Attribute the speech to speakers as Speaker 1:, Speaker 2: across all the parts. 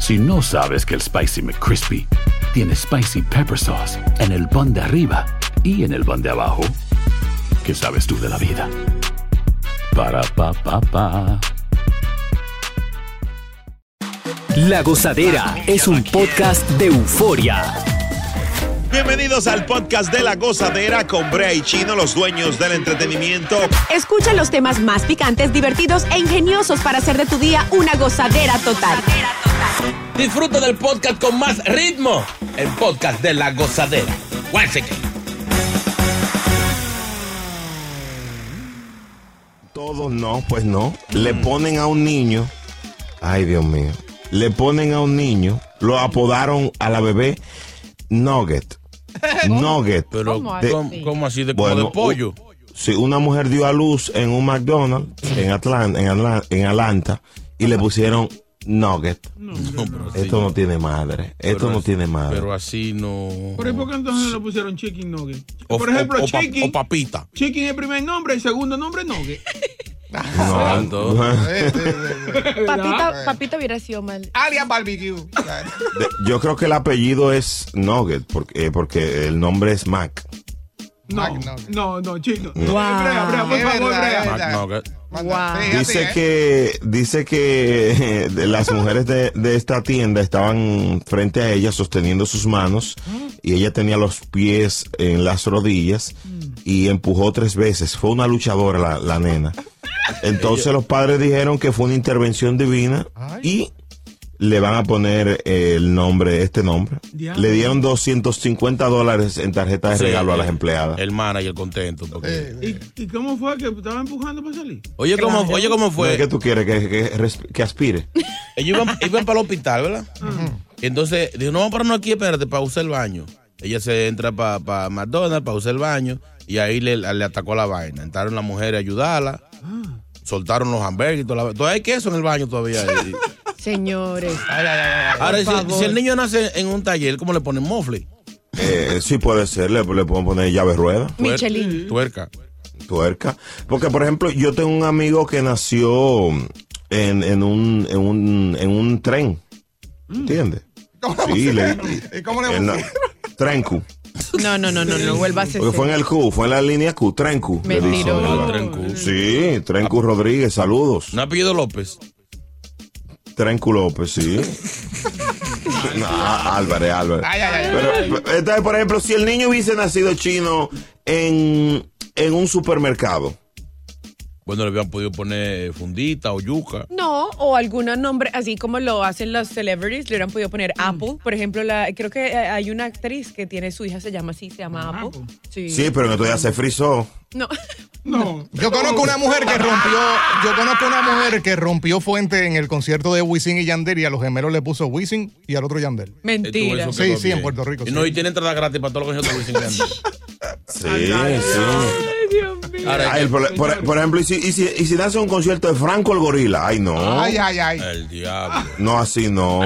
Speaker 1: Si no sabes que el Spicy McCrispy tiene Spicy Pepper Sauce en el pan de arriba y en el pan de abajo, ¿qué sabes tú de la vida? Para, pa, pa, pa.
Speaker 2: La Gozadera es un podcast de euforia.
Speaker 3: Bienvenidos al podcast de la gozadera con Brea y Chino, los dueños del entretenimiento.
Speaker 4: Escucha los temas más picantes, divertidos e ingeniosos para hacer de tu día una gozadera total.
Speaker 5: Disfruta del podcast con más ritmo. El podcast de la gozadera. Once again.
Speaker 6: Todos no, pues no.
Speaker 5: Mm.
Speaker 6: Le ponen a un niño, ay Dios mío, le ponen a un niño, lo apodaron a la bebé Nugget. Nugget.
Speaker 5: Pero,
Speaker 6: ¿Cómo
Speaker 5: ¿cómo,
Speaker 6: así?
Speaker 5: cómo así? ¿De,
Speaker 6: Bueno,
Speaker 5: como de pollo?
Speaker 7: oh,
Speaker 6: Si una mujer dio a luz en un McDonald's
Speaker 5: Mm.
Speaker 6: en Atlanta, en, Atlan- en Atlanta y le pusieron Nugget.
Speaker 5: No, pero así-
Speaker 6: Esto no tiene madre. Esto
Speaker 5: pero
Speaker 6: no
Speaker 5: así-
Speaker 6: tiene
Speaker 7: ah.
Speaker 6: madre.
Speaker 5: Pero así no.
Speaker 7: Por ejemplo, entonces le pusieron Chicken Nugget.
Speaker 5: O-
Speaker 7: Por ejemplo,
Speaker 5: o- o pa-
Speaker 7: Chicken.
Speaker 5: o papita.
Speaker 7: Chicken es el primer nombre, el segundo nombre Nugget.
Speaker 6: No,
Speaker 5: Santo.
Speaker 8: Papita, papita hubiera sido mal.
Speaker 9: Alias Barbecue.
Speaker 6: de- yo creo que el apellido es Nugget porque, eh, porque el nombre es Mac.
Speaker 7: No,
Speaker 9: Mac Nugget.
Speaker 7: Ah, no, no, chino. Eh,
Speaker 8: Wow.
Speaker 7: Brea, Brea, por
Speaker 9: Es
Speaker 7: favor,
Speaker 9: verdad,
Speaker 7: Brea.
Speaker 9: es verdad.
Speaker 5: McNugget.
Speaker 9: Manda-
Speaker 8: Wow.
Speaker 9: Sí, así
Speaker 6: Dice
Speaker 9: es.
Speaker 6: que, dice que eh, de las mujeres de, de esta tienda estaban frente a ella sosteniendo sus manos y ella tenía los pies en las rodillas y empujó tres veces. Fue una luchadora la, la nena. Entonces los padres dijeron que fue una intervención divina y le van a poner eh, el nombre, este nombre.
Speaker 7: Diablo.
Speaker 6: Le dieron 250 dólares en tarjeta de
Speaker 5: Sí, eh,
Speaker 6: regalo a
Speaker 5: el-
Speaker 6: las
Speaker 7: Ah.
Speaker 6: empleadas.
Speaker 5: El manager contento. porque-
Speaker 7: ¿Y, y cómo fue que estaba empujando para salir?
Speaker 5: Oye, cómo, oye, cómo
Speaker 6: No es
Speaker 5: fue.
Speaker 6: que tú quieres que, que resp- que aspire.
Speaker 5: Ellos iban, iban para el hospital, ¿verdad?
Speaker 7: Mm.
Speaker 5: Entonces, dijo, no, pero no aquí, espérate, para usar el baño. Ella se entra para McDonald's, para usar el baño, y ahí le, le atacó la vaina. Entraron las mujeres a ayudarla,
Speaker 7: Ah.
Speaker 5: soltaron los hamburgues y toda la vaina. Todavía hay queso en el baño todavía. Y- y-
Speaker 8: Señores.
Speaker 9: Ay, ay, ay, ay.
Speaker 5: Ahora, si,
Speaker 8: favor.
Speaker 5: si el niño nace en un taller, ¿cómo le ponen mofle?
Speaker 6: Eh, sí puede ser, le, le pueden poner llave rueda,
Speaker 8: Michelin.
Speaker 5: Tuerca.
Speaker 6: tuerca. Porque, por ejemplo, yo tengo un amigo que nació en, en, un, en, un, en un tren.
Speaker 9: Mm.
Speaker 6: ¿Entiendes? Sí, le,
Speaker 9: ¿Y cómo le
Speaker 6: en la- Trencu.
Speaker 8: No, no, no, no, no vuelva a hacer.
Speaker 6: Porque fue en el Q, fue en la línea Q, Trencu. le dicen.
Speaker 8: Mentiroso.
Speaker 5: Trencu.
Speaker 6: Sí, Trencu Rodríguez, saludos.
Speaker 5: Un apellido López.
Speaker 6: Trencu López, pues sí. No, ah, Álvarez, Álvarez.
Speaker 9: Ay, ay, ay.
Speaker 6: Pero, pero, entonces, por ejemplo, si el niño hubiese nacido chino en, en un supermercado,
Speaker 5: Bueno, le habían podido poner fundita o yuca.
Speaker 8: No, o algún nombre, así como lo hacen los celebrities, le hubieran podido poner Apple. Por ejemplo, la, creo que eh, hay una actriz que tiene su hija, se llama así, se llama Apple. Sí.
Speaker 6: sí, pero en esto ya se frizó.
Speaker 8: No.
Speaker 7: No.
Speaker 9: Yo conozco una mujer que rompió, yo conozco una mujer que rompió fuente en el concierto de Wisin y Yandel y a los gemelos le puso Wisin y al otro Yandel.
Speaker 8: Mentira.
Speaker 5: Estuvo eso
Speaker 9: Sí,
Speaker 5: quedó
Speaker 9: sí, en
Speaker 5: bien.
Speaker 9: Puerto Rico,
Speaker 5: Y no,
Speaker 9: sí.
Speaker 5: y tiene entrada gratis para todos los que yo te
Speaker 6: Sí, sí.
Speaker 8: Ay, Dios mío.
Speaker 6: Ay, el pro- por, por ejemplo, y si, y, si, y si nace un concierto de Franco el Gorila, ay no,
Speaker 9: Ay, ay, ay.
Speaker 5: El diablo.
Speaker 6: no así no,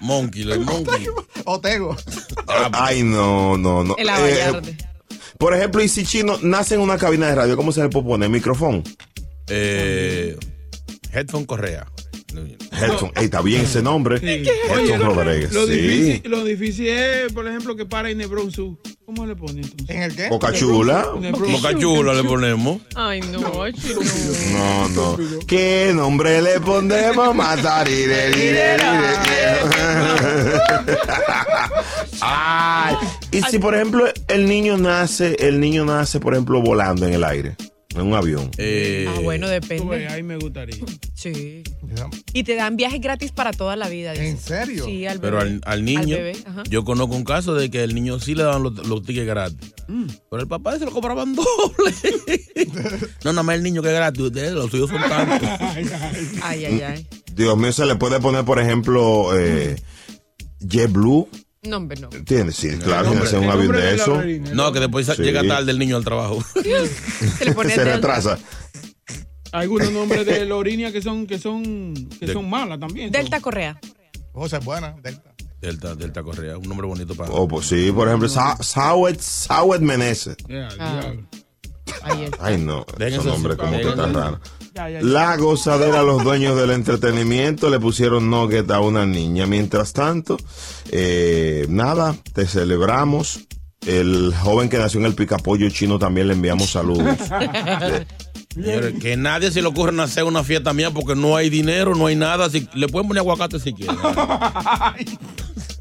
Speaker 5: Monkey, el monkey.
Speaker 10: Eh.
Speaker 9: Otego.
Speaker 6: ay no, no, no.
Speaker 8: El
Speaker 6: Eh,
Speaker 8: abayarde.
Speaker 6: por ejemplo, y si Chino nace en una cabina de radio, ¿cómo se le puede poner? Micrófono,
Speaker 5: Eh, headphone Correa.
Speaker 6: headphone, Ey, está bien ese nombre,
Speaker 7: Oye,
Speaker 6: Headphone Rodríguez,
Speaker 7: lo,
Speaker 6: sí,
Speaker 7: difícil, lo difícil es, por ejemplo, que para en Nebron Sur. ¿Cómo le ponen entonces?
Speaker 9: ¿En el qué?
Speaker 6: Boca Chula,
Speaker 7: Nebrón Sur.
Speaker 5: Boca chula le ponemos.
Speaker 8: Ay, no, chino.
Speaker 6: no, no, ¿qué nombre le pondremos? Matarireriririri. Ay, y si por ejemplo el niño nace, el niño nace por ejemplo volando en el aire. En un avión.
Speaker 5: Eh.
Speaker 8: Ah, bueno, depende.
Speaker 7: Pues, ahí me gustaría.
Speaker 8: Sí.
Speaker 10: Oh.
Speaker 8: Y te dan viajes gratis para toda la vida. ¿En
Speaker 9: serio?
Speaker 8: Sí, al
Speaker 5: Pero
Speaker 8: bebé.
Speaker 5: al, al niño,
Speaker 8: bebé, ajá.
Speaker 5: yo conozco un caso de que el niño sí le daban los, los tickets gratis.
Speaker 8: Mm.
Speaker 5: Pero el papá se lo cobraban doble. no, nada más el niño que es gratis, ustedes, los suyos son tantos.
Speaker 8: Ay, ay, ay.
Speaker 6: Dios mío, se le puede poner, por ejemplo, eh, JetBlue.
Speaker 8: No, hombre, no.
Speaker 6: ¿Entiendes? Sí, claro, que hace un avión de eso.
Speaker 5: No, que después
Speaker 6: Sí.
Speaker 5: llega tarde el niño al trabajo.
Speaker 6: Se retrasa.
Speaker 7: Hay algunos nombres de Lorinia que son, que son, que
Speaker 5: De-
Speaker 7: son malas también.
Speaker 8: Delta Correa.
Speaker 9: Cosa Oh, es buena.
Speaker 5: Delta, Delta Correa, un nombre bonito para.
Speaker 6: Oh, pues sí, por ejemplo, Sa- Sauet Sauet Meneses. Ay, no,
Speaker 5: Dejen
Speaker 6: ese
Speaker 5: eso
Speaker 6: nombre
Speaker 5: así,
Speaker 6: como que
Speaker 5: dejen
Speaker 6: está
Speaker 5: eso.
Speaker 6: raro. La gozadera, los dueños del entretenimiento le pusieron nugget a una niña. Mientras tanto, eh, nada, te celebramos. El joven que nació en el picapollo chino también le enviamos saludos.
Speaker 5: Señores, que nadie se le ocurra hacer una fiesta mía porque no hay dinero, no hay nada. Si, le pueden poner aguacate si quieren. Ah,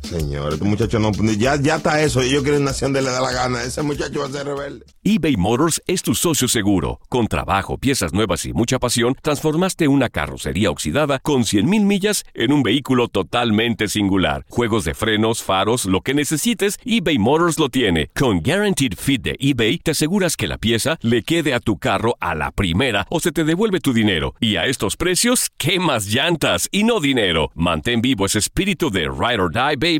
Speaker 6: Señores, este muchacho no. Ya, ya está eso. Ellos quieren nación de le da la gana. Ese muchacho va a ser rebelde.
Speaker 11: eBay Motors es tu socio seguro. Con trabajo, piezas nuevas y mucha pasión, transformaste una carrocería oxidada con 100.000 millas en un vehículo totalmente singular. Juegos de frenos, faros, lo que necesites, eBay Motors lo tiene. Con Guaranteed Fit de eBay, te aseguras que la pieza le quede a tu carro a la primera o se te devuelve tu dinero. Y a estos precios, ¿qué más llantas y no dinero? Mantén vivo ese espíritu de Ride or Die Baby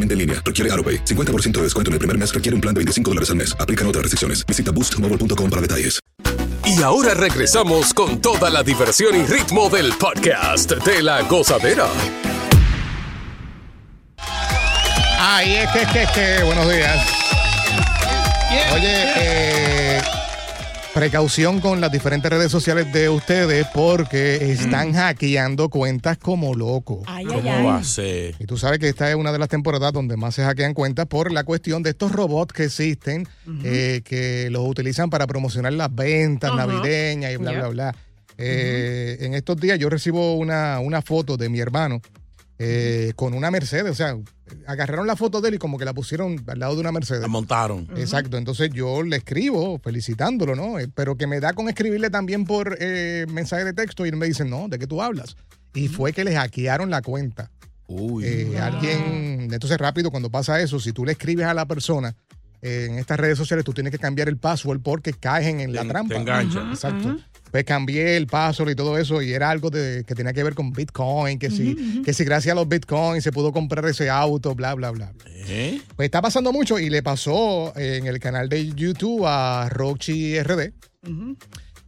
Speaker 10: en línea, requiere AroPay. 50% de descuento en el primer mes requiere un plan de 25 dólares al mes. Aplican otras restricciones. Visita boostmobile.com para detalles.
Speaker 12: Y ahora regresamos con toda la diversión y ritmo del podcast de la gozadera.
Speaker 9: Ay, es que, es que, es que, buenos días. Oye, eh, precaución con las diferentes redes sociales de ustedes porque están hackeando cuentas como loco.
Speaker 5: ¿Cómo va a ser?
Speaker 9: Y tú sabes que esta es una de las temporadas donde más se hackean cuentas por la cuestión de estos robots que existen, eh, que los utilizan para promocionar las ventas
Speaker 13: Ajá.
Speaker 9: navideñas y bla,
Speaker 13: Ya.
Speaker 9: bla, bla. Eh, En estos días yo recibo una, una foto de mi hermano eh, con una Mercedes, o sea, agarraron la foto de él y como que la pusieron al lado de una Mercedes. La
Speaker 5: montaron.
Speaker 9: Exacto, entonces yo le escribo felicitándolo, ¿no? Eh, Pero que me da con escribirle también por eh, mensaje de texto y él me dice, no, ¿de qué tú hablas? Y fue que le hackearon la cuenta. Eh,
Speaker 5: Uy. Ah.
Speaker 9: Alguien, entonces rápido, cuando pasa eso, si tú le escribes a la persona eh, en estas redes sociales, tú tienes que cambiar el password porque caen en la trampa.
Speaker 5: enganchan. Ujú,
Speaker 9: Exacto. Pues cambié el password y todo eso, y era algo de- que tenía que ver con Bitcoin, que si, que si gracias a los Bitcoins se pudo comprar ese auto, bla, bla, bla. bla.
Speaker 5: ¿Eh?
Speaker 9: Pues está pasando mucho y le pasó eh, en el canal de YouTube a Rochi RD,